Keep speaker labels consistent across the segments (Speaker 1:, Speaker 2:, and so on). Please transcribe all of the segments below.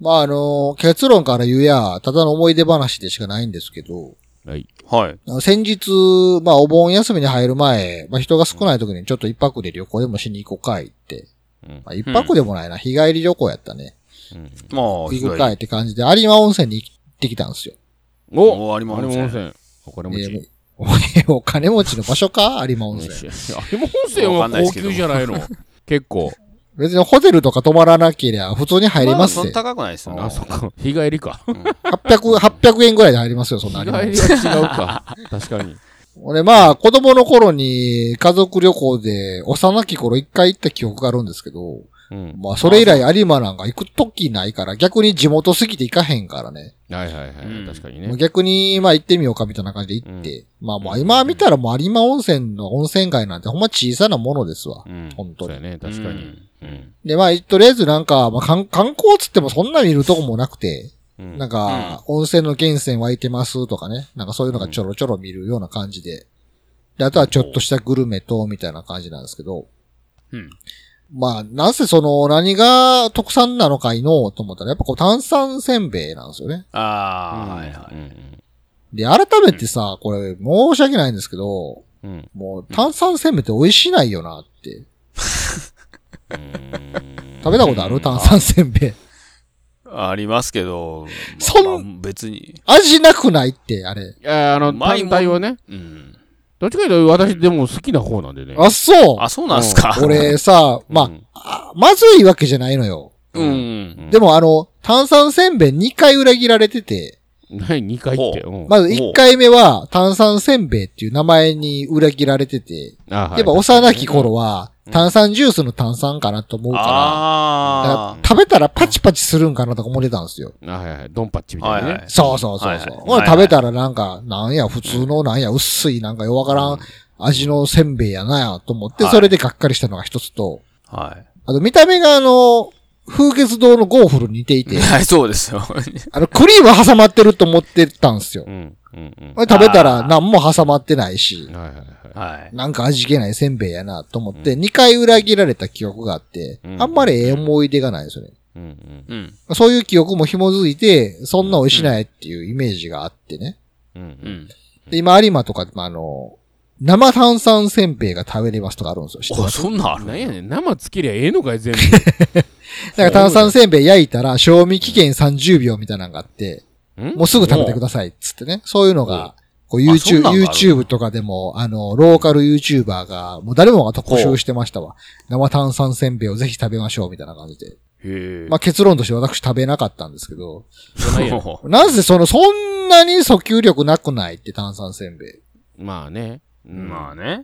Speaker 1: まあ、あの、結論から言うや、ただの思い出話でしかないんですけど、
Speaker 2: はい。
Speaker 3: はい。
Speaker 1: 先日、まあ、お盆休みに入る前、まあ、人が少ない時にちょっと一泊で旅行でもしに行こうかいって。
Speaker 2: うん。
Speaker 1: まあ、一泊でもないな、日帰り旅行やったね。
Speaker 2: うん
Speaker 3: まあ、
Speaker 1: 行
Speaker 3: 日帰
Speaker 1: く
Speaker 3: り
Speaker 1: かいって感じで、有馬温泉に行ってきたんですよ。
Speaker 2: お
Speaker 3: おー有馬温泉
Speaker 2: 有お金持
Speaker 1: で
Speaker 2: ち。
Speaker 1: お前お金持ちの場所か有馬温泉。
Speaker 2: 有馬温泉
Speaker 3: わか
Speaker 2: は
Speaker 3: んないで
Speaker 2: 高
Speaker 3: すけど
Speaker 2: 級じゃないの結構。
Speaker 1: 別にホテルとか泊まらなけりゃ普通に入ります
Speaker 3: まあそん
Speaker 1: よ
Speaker 3: な。高くないですよね。
Speaker 2: あ、そっか。日帰りか。
Speaker 1: 800、800円ぐらいで入りますよ、そ
Speaker 2: 日
Speaker 1: ん
Speaker 2: 帰
Speaker 1: な
Speaker 2: り
Speaker 1: 有馬
Speaker 2: は
Speaker 1: 温
Speaker 2: 違
Speaker 1: 泉
Speaker 2: うか。 確かに。
Speaker 1: 俺まあ、子供の頃に家族旅行で幼き頃一回行った記憶があるんですけど、
Speaker 2: うん。
Speaker 1: まあそれ以来有馬なんか行く時ないから、逆に地元すぎて行かへんからね。
Speaker 2: はいはいは
Speaker 3: う
Speaker 2: い。
Speaker 3: ん
Speaker 2: 確かに
Speaker 1: もう
Speaker 2: ね。
Speaker 1: 逆に、まあ行ってみようかみたいな感じで行って、まあまあ今見たらもう有馬温泉の温泉街なんてほんま小さなものですわ。
Speaker 2: うん。
Speaker 1: 本当
Speaker 2: そう
Speaker 1: に
Speaker 2: やね。確かに。うん。
Speaker 1: でまあ、とりあえずなんか、まあ観観光つってもそんな見るとこもなくて、
Speaker 2: うん
Speaker 1: なんか、温泉の源泉湧いてますとかね。なんかそういうのがちょろちょろ見るような感じで。で、あとはちょっとしたグルメと、みたいな感じなんですけど。
Speaker 3: うん。
Speaker 1: まあ、なんせその、何が特産なのかいのうと思ったら、やっぱこう炭酸せんべいなんですよね。
Speaker 3: ああ、はいはい。
Speaker 2: い。
Speaker 1: で、改めてさ、これ、申し訳ないんですけど、
Speaker 2: うん。うん。
Speaker 1: もう炭酸せんべいって美味しないよなって。食べたことある炭酸せんべい。
Speaker 3: ありますけど、まあ
Speaker 1: そん
Speaker 3: まあ別に。
Speaker 1: 味なくないって、あれ。
Speaker 2: いや、あの、
Speaker 3: うまいも
Speaker 2: 単
Speaker 3: ん
Speaker 2: 体はね。
Speaker 3: うん。
Speaker 2: どっちかというと私でも好きな方なんでね。
Speaker 1: あ、そう
Speaker 3: あ、そうなんすか。
Speaker 1: 俺さ、まあ
Speaker 2: うん、
Speaker 1: あまずいわけじゃないのよ。
Speaker 3: うん。
Speaker 2: うん
Speaker 1: でもあの、炭酸せんべい2回裏切られてて、
Speaker 2: ない、2回って。うん
Speaker 1: まず1回目は炭酸せんべいっていう名前に裏切られてて、
Speaker 2: あは
Speaker 1: やっぱ幼き頃は炭酸ジュースの炭酸かなと思うから、だ
Speaker 3: あ
Speaker 1: か
Speaker 3: あ
Speaker 1: ら食べたらパチパチするんかなとか思ってたんですよ。
Speaker 2: あはいはい。ドンパッチみたいな
Speaker 3: はいは
Speaker 2: ね
Speaker 3: い。
Speaker 1: そうそうそう
Speaker 3: はい
Speaker 1: そう。
Speaker 3: はい
Speaker 1: ほら食べたらなんか、なんや、普通のなんや、薄いなんかよわからん味のせんべいやなと思って、
Speaker 3: はい
Speaker 1: それでがっかりしたのが一つと、
Speaker 3: は
Speaker 1: あと見た目があの、風月堂のゴーフルに似てい
Speaker 3: い。
Speaker 1: て、
Speaker 3: はい、 そうですよ。
Speaker 1: あの、クリーム挟まってると思ってたんですよ
Speaker 2: う。ん。うん。うん。
Speaker 1: 食べたら
Speaker 3: あー
Speaker 1: 何も挟まってないし、
Speaker 2: はいはいは
Speaker 3: は
Speaker 2: い。
Speaker 3: い。
Speaker 1: なんか味気ないせんべいやなと思って、2回裏切られた記憶があって
Speaker 2: う、ん
Speaker 1: あんまりええ思い出がないですよね。
Speaker 2: うんうん
Speaker 3: うん。
Speaker 1: そういう記憶も紐づいて、そんな美味しないっていうイメージがあってね。
Speaker 2: うんう。
Speaker 3: うんん。
Speaker 1: で、今、有馬とか、まあ、あの、生炭酸せんべいが食べれますとかあるんですよ知って
Speaker 3: お、
Speaker 1: ます。
Speaker 3: そんなんある
Speaker 2: なんやねん、生つけりゃええのかい、全部。
Speaker 1: だから炭酸せんべい焼いたら、賞味期限30秒みたいなのがあって、
Speaker 2: ん
Speaker 1: もうすぐ食べてくださいっつってね。そういうのが、こう
Speaker 3: あそんな
Speaker 1: YouTube
Speaker 3: んがある
Speaker 1: YouTube とかでも、あの、ローカル YouTuber が、もう誰もが特集してましたわ。生炭酸せんべいをぜひ食べましょうみたいな感じで。
Speaker 3: へえ。
Speaker 1: まあ結論として私食べなかったんですけど、
Speaker 2: ないや
Speaker 3: ほう
Speaker 1: なぜその、そんなに訴求力なくないって炭酸せんべい。
Speaker 2: まあね。う ん
Speaker 3: まあね。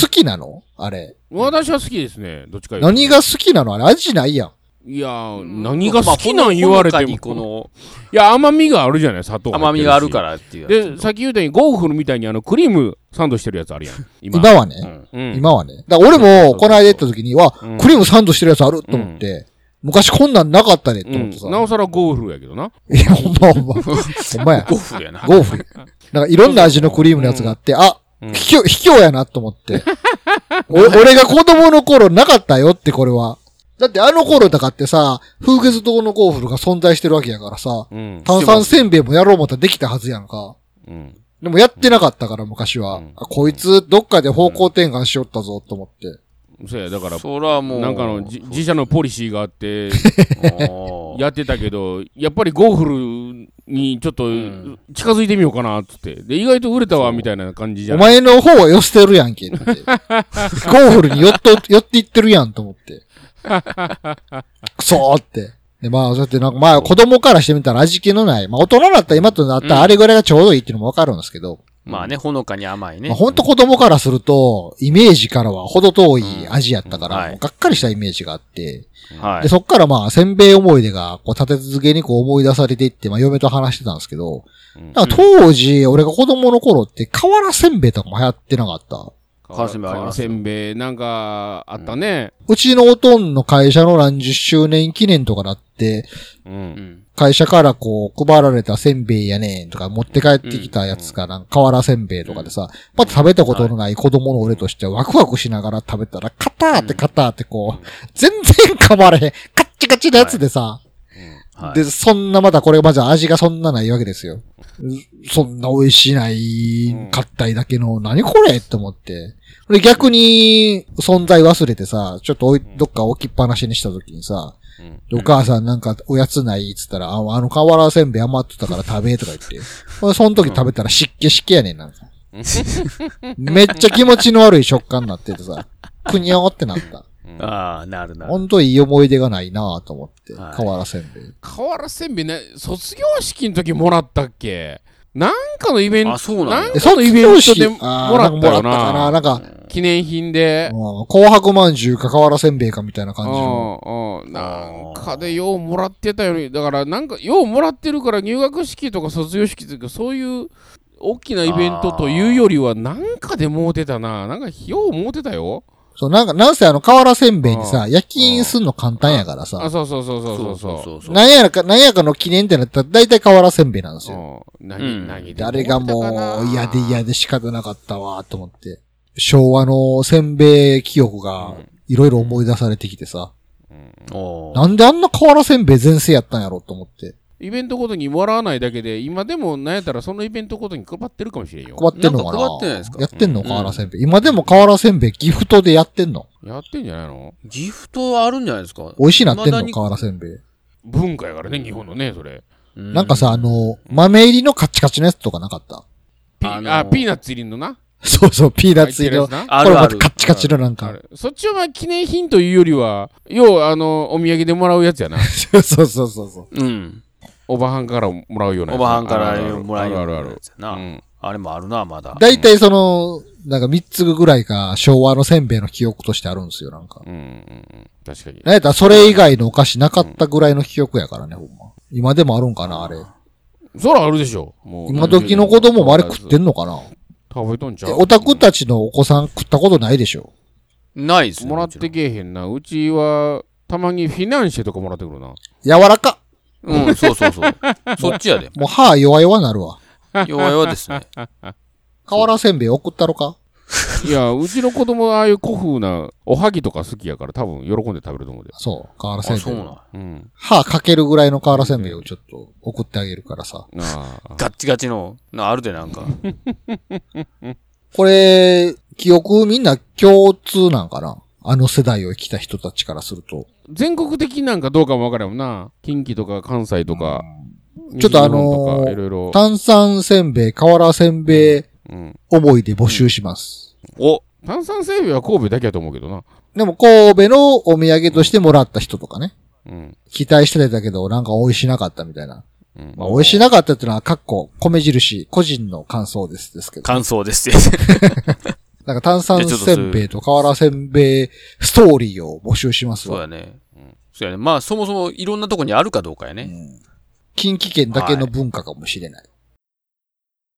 Speaker 1: 好きなのあれ。
Speaker 2: 私は好きですね、どっちか言うと
Speaker 1: 何が好きなのあれ味ないやん。
Speaker 2: いやー、何が好きなん言われて
Speaker 3: まあほのかに
Speaker 2: も。
Speaker 3: こ
Speaker 2: いや、甘みがあるじゃない、砂糖。
Speaker 3: の甘みがあるかららっていう。
Speaker 2: で、さっき言ったように、ゴーフルみたいにあの、クリームサンドしてるやつあ るやん。今。
Speaker 1: 今はね。
Speaker 3: うん。
Speaker 2: うん
Speaker 1: 今はね。だから俺も、この間行った時に、わ、
Speaker 2: うん
Speaker 1: クリームサンドしてるやつあると思って、昔こんなんなかったねと
Speaker 2: う
Speaker 1: 思っ
Speaker 2: ん
Speaker 1: てさ。
Speaker 2: なおさらゴーフルやけどな。
Speaker 1: いや、ほんまほんま。ほんまや。
Speaker 3: ゴフやな。
Speaker 1: ゴーフル。なんかいろんな味のクリームのやつがあって、あ、
Speaker 2: うん
Speaker 1: 卑怯、卑怯やなと思って。お俺が子供の頃なかったよって、これは。だってあの頃だかってさ、風月堂のゴーフルが存在してるわけやからさ、
Speaker 2: うん。
Speaker 1: 炭酸せんべいもやろう思ったらできたはずやんか。
Speaker 2: うん。
Speaker 1: でもやってなかったから、昔は。
Speaker 2: うん
Speaker 1: あこいつ、どっかで方向転換しよったぞ、と思って。
Speaker 2: そうや、だから、
Speaker 3: そらもう。
Speaker 2: なんかのじ自社のポリシーがあって、
Speaker 3: お ー
Speaker 2: やってたけど、やっぱりゴーフルにちょっと
Speaker 3: ん
Speaker 2: 近づいてみようかなっつって、で意外と売れたわみたいな感じじゃ
Speaker 1: お
Speaker 2: な
Speaker 1: 前
Speaker 2: い
Speaker 1: の方は寄せてるや んけって。ゴーフルに寄っと、寄っていってるやんと思って。くそーって。で、まあ、そうやってなんか、まあ、子供からしてみたら味気のない。まあ、大人だったら今となったらあれぐらいがちょうどいいっていうのもわかるんですけど、
Speaker 3: まあね、ほのかに甘いね
Speaker 1: まあ、。ほんと子供からすると、イメージからは程遠い味やったから、
Speaker 3: うんはい
Speaker 1: もうがっかりしたイメージがあって、
Speaker 3: は
Speaker 1: で、
Speaker 3: い。
Speaker 1: そっからまあ、せんべい思い出が、こう、立て続けにこう思い出されていって、まあ、嫁と話してたんですけど、
Speaker 2: うん
Speaker 1: なんか当時、俺が子供の頃って、瓦せんべいとかも流行ってなかった。
Speaker 3: 川せんべいあります
Speaker 2: せんべい、なんかあったね。
Speaker 1: うちのおとんの会社の何十周年記念とかだって、
Speaker 3: う
Speaker 2: う。
Speaker 3: んん。
Speaker 1: 会社からこう、配られたせんべいやねんとか、持って帰ってきたやつかなんか、瓦せんべいとかでさ、また食べたことのない子供の俺としてはワクワクしながら食べたら、カターってカターってこう、全然噛まれへん、カッチカチのやつでさ、
Speaker 3: はい
Speaker 1: で、そんなまたこれまず味がそんなないわけですよ。うそんな美味しない、買ったいだけの、何これって思って。で、逆に、存在忘れてさ、ちょっとおいどっか置きっぱなしにした時にさ、
Speaker 2: うん
Speaker 1: でお母さんなんかおやつないっつったら、ああの瓦せんべい余ってたから食べとか言って。ほんでその時食べたら湿気湿気やねんなんか。めっちゃ気持ちの悪い食感になっててさ、くにゃーってなった。
Speaker 3: ああ、なるなる。
Speaker 1: ほんといい思い出がないなぁと思って、
Speaker 3: はい
Speaker 1: 瓦せんべい。
Speaker 2: 瓦せんべいね、卒業式の時もらったっけなんかのイベン
Speaker 3: あ
Speaker 2: ト、
Speaker 3: そうな
Speaker 2: なんん
Speaker 3: や
Speaker 2: かのイベントでも
Speaker 1: あー
Speaker 2: らったよ
Speaker 1: んかもらったかな。
Speaker 2: な。
Speaker 1: なんか、
Speaker 2: 記念品で。
Speaker 1: うん紅白まんじゅうか瓦せんべいかみたいな感じの。
Speaker 2: うんうんなんかでようもらってたよりだからなんかようもらってるから入学式とか卒業式とかそういう大きなイベントというよりはなんかでもうてたななんかようもうてたよ
Speaker 1: そう、なんか、なんせあの瓦せんべいにさ、焼き印すんの簡単やから
Speaker 2: あ
Speaker 1: さ、
Speaker 2: そうそうそうそうそう
Speaker 3: そう
Speaker 2: そう
Speaker 3: そうそう。
Speaker 1: なんやか、なんやかの記念ってなったら大体瓦せんべいなんですよ。
Speaker 2: う
Speaker 3: う
Speaker 2: ん
Speaker 3: ん
Speaker 2: 何何で
Speaker 1: 誰がもう嫌で嫌
Speaker 2: で
Speaker 1: で仕方なかったわと思って。昭和のせんべい記憶がいろいろ思い出されてきてさ、
Speaker 3: おー
Speaker 1: なんであんな瓦せんべい全盛やったんやろうと思って。
Speaker 2: イベントごとにもらわないだけで今でもなんやったらそのイベントごとに配ってるかもしれんよ
Speaker 1: 配ってんのかな
Speaker 3: なんか配ってないですか
Speaker 1: やってんの
Speaker 3: うん
Speaker 1: 瓦せんべい。今でも瓦せんべいギフトでやってんの
Speaker 2: やってんじゃないの
Speaker 3: ギフトはあるんじゃないですか
Speaker 1: 美味しいなってん
Speaker 3: 未だ
Speaker 1: の
Speaker 3: に
Speaker 1: 瓦せんべい。
Speaker 2: 文化やからね日本のねそれ
Speaker 1: なんかさ、あ、の、豆入りのカチカチのやつとかなかった
Speaker 2: ピ,、
Speaker 3: あのー
Speaker 2: あピーナッツ入りのな
Speaker 1: そうそう、ピーナッツ入り
Speaker 2: 入
Speaker 1: の。
Speaker 2: ってるやつな
Speaker 1: こ
Speaker 3: あ
Speaker 1: れ
Speaker 3: るあ
Speaker 1: また
Speaker 3: る。
Speaker 1: カッチカチのなん
Speaker 2: あ
Speaker 1: か。
Speaker 2: れそっちはまあ記念品というよりは、要はあの、お土産でもらうやつやな。
Speaker 1: そうそうそうそう。
Speaker 3: うん。
Speaker 2: おばはんからもらうような
Speaker 3: お
Speaker 2: やつ。
Speaker 3: ばはんから
Speaker 2: あるある
Speaker 3: もらえる
Speaker 2: あるあるある
Speaker 3: やつやな
Speaker 2: うん
Speaker 3: あれもあるな、まだ。
Speaker 1: だいたいその、なんか3つぐらいが昭和のせんべいの記憶としてあるんですよ、なんか。
Speaker 2: うんうんうん。確かに。
Speaker 1: なんやったらそれ以外のお菓子なかったぐらいの記憶やからね、ほんま。今でもあるんかな、あれ。
Speaker 2: そらあるでしょ。もう
Speaker 1: 今時の子供もあれ食って
Speaker 2: ん
Speaker 1: んのかな
Speaker 2: 食べとんちゃ
Speaker 1: え
Speaker 2: う
Speaker 1: オタクたちのお子さん食ったことないでしょ
Speaker 3: ないですね。
Speaker 2: もらってけえへんな。うちは、たまにフィナンシェとかもらってくるな。
Speaker 1: 柔らか。
Speaker 3: うん、そうそうそう。そっちやで。
Speaker 1: もう歯弱々なるわ。
Speaker 3: 弱々ですね。
Speaker 1: 瓦せんべい送ったろか
Speaker 2: いや、うちの子供はああいう古風な、おはぎとか好きやから多分喜んで食べると思うで。
Speaker 1: そう、瓦
Speaker 3: あ、
Speaker 1: せん
Speaker 3: そう
Speaker 1: べい。
Speaker 3: なん。
Speaker 2: うん。
Speaker 1: 歯かけるぐらいの瓦せんべいをちょっと送ってあげるからさ。
Speaker 2: ああ。
Speaker 3: ガッチガチの、なあるでなんか。
Speaker 1: これ、記憶みんな共通なんかなあの世代を生きた人たちからすると。
Speaker 2: 全国的なんかどうかもわからんもんな。近畿とか関西とか。
Speaker 1: ちょっとあのー
Speaker 2: 西日本とかいろいろ。
Speaker 1: 炭酸せんべい、瓦せんべい
Speaker 2: うん。
Speaker 1: 思いで募集します。
Speaker 3: お
Speaker 2: 炭酸整備は神戸だけやと思うけどな。
Speaker 1: でも神戸のお土産としてもらった人とかね。
Speaker 2: うん。
Speaker 1: 期待してたけど、なんか美味しなかったみたいな。
Speaker 2: うん
Speaker 1: まあ、美味しなかったっていうのは、かっこ、米印、個人の感想ですですけど。
Speaker 3: 感想です。
Speaker 1: なんか炭酸せんべいと瓦せんべいストーリーを募集します
Speaker 3: そうや
Speaker 1: わ。
Speaker 3: ね。そうやね。まあ、そもそもいろんなとこにあるかどうかや
Speaker 1: う
Speaker 3: ね。
Speaker 1: ん近畿圏だけの文化かもしれない。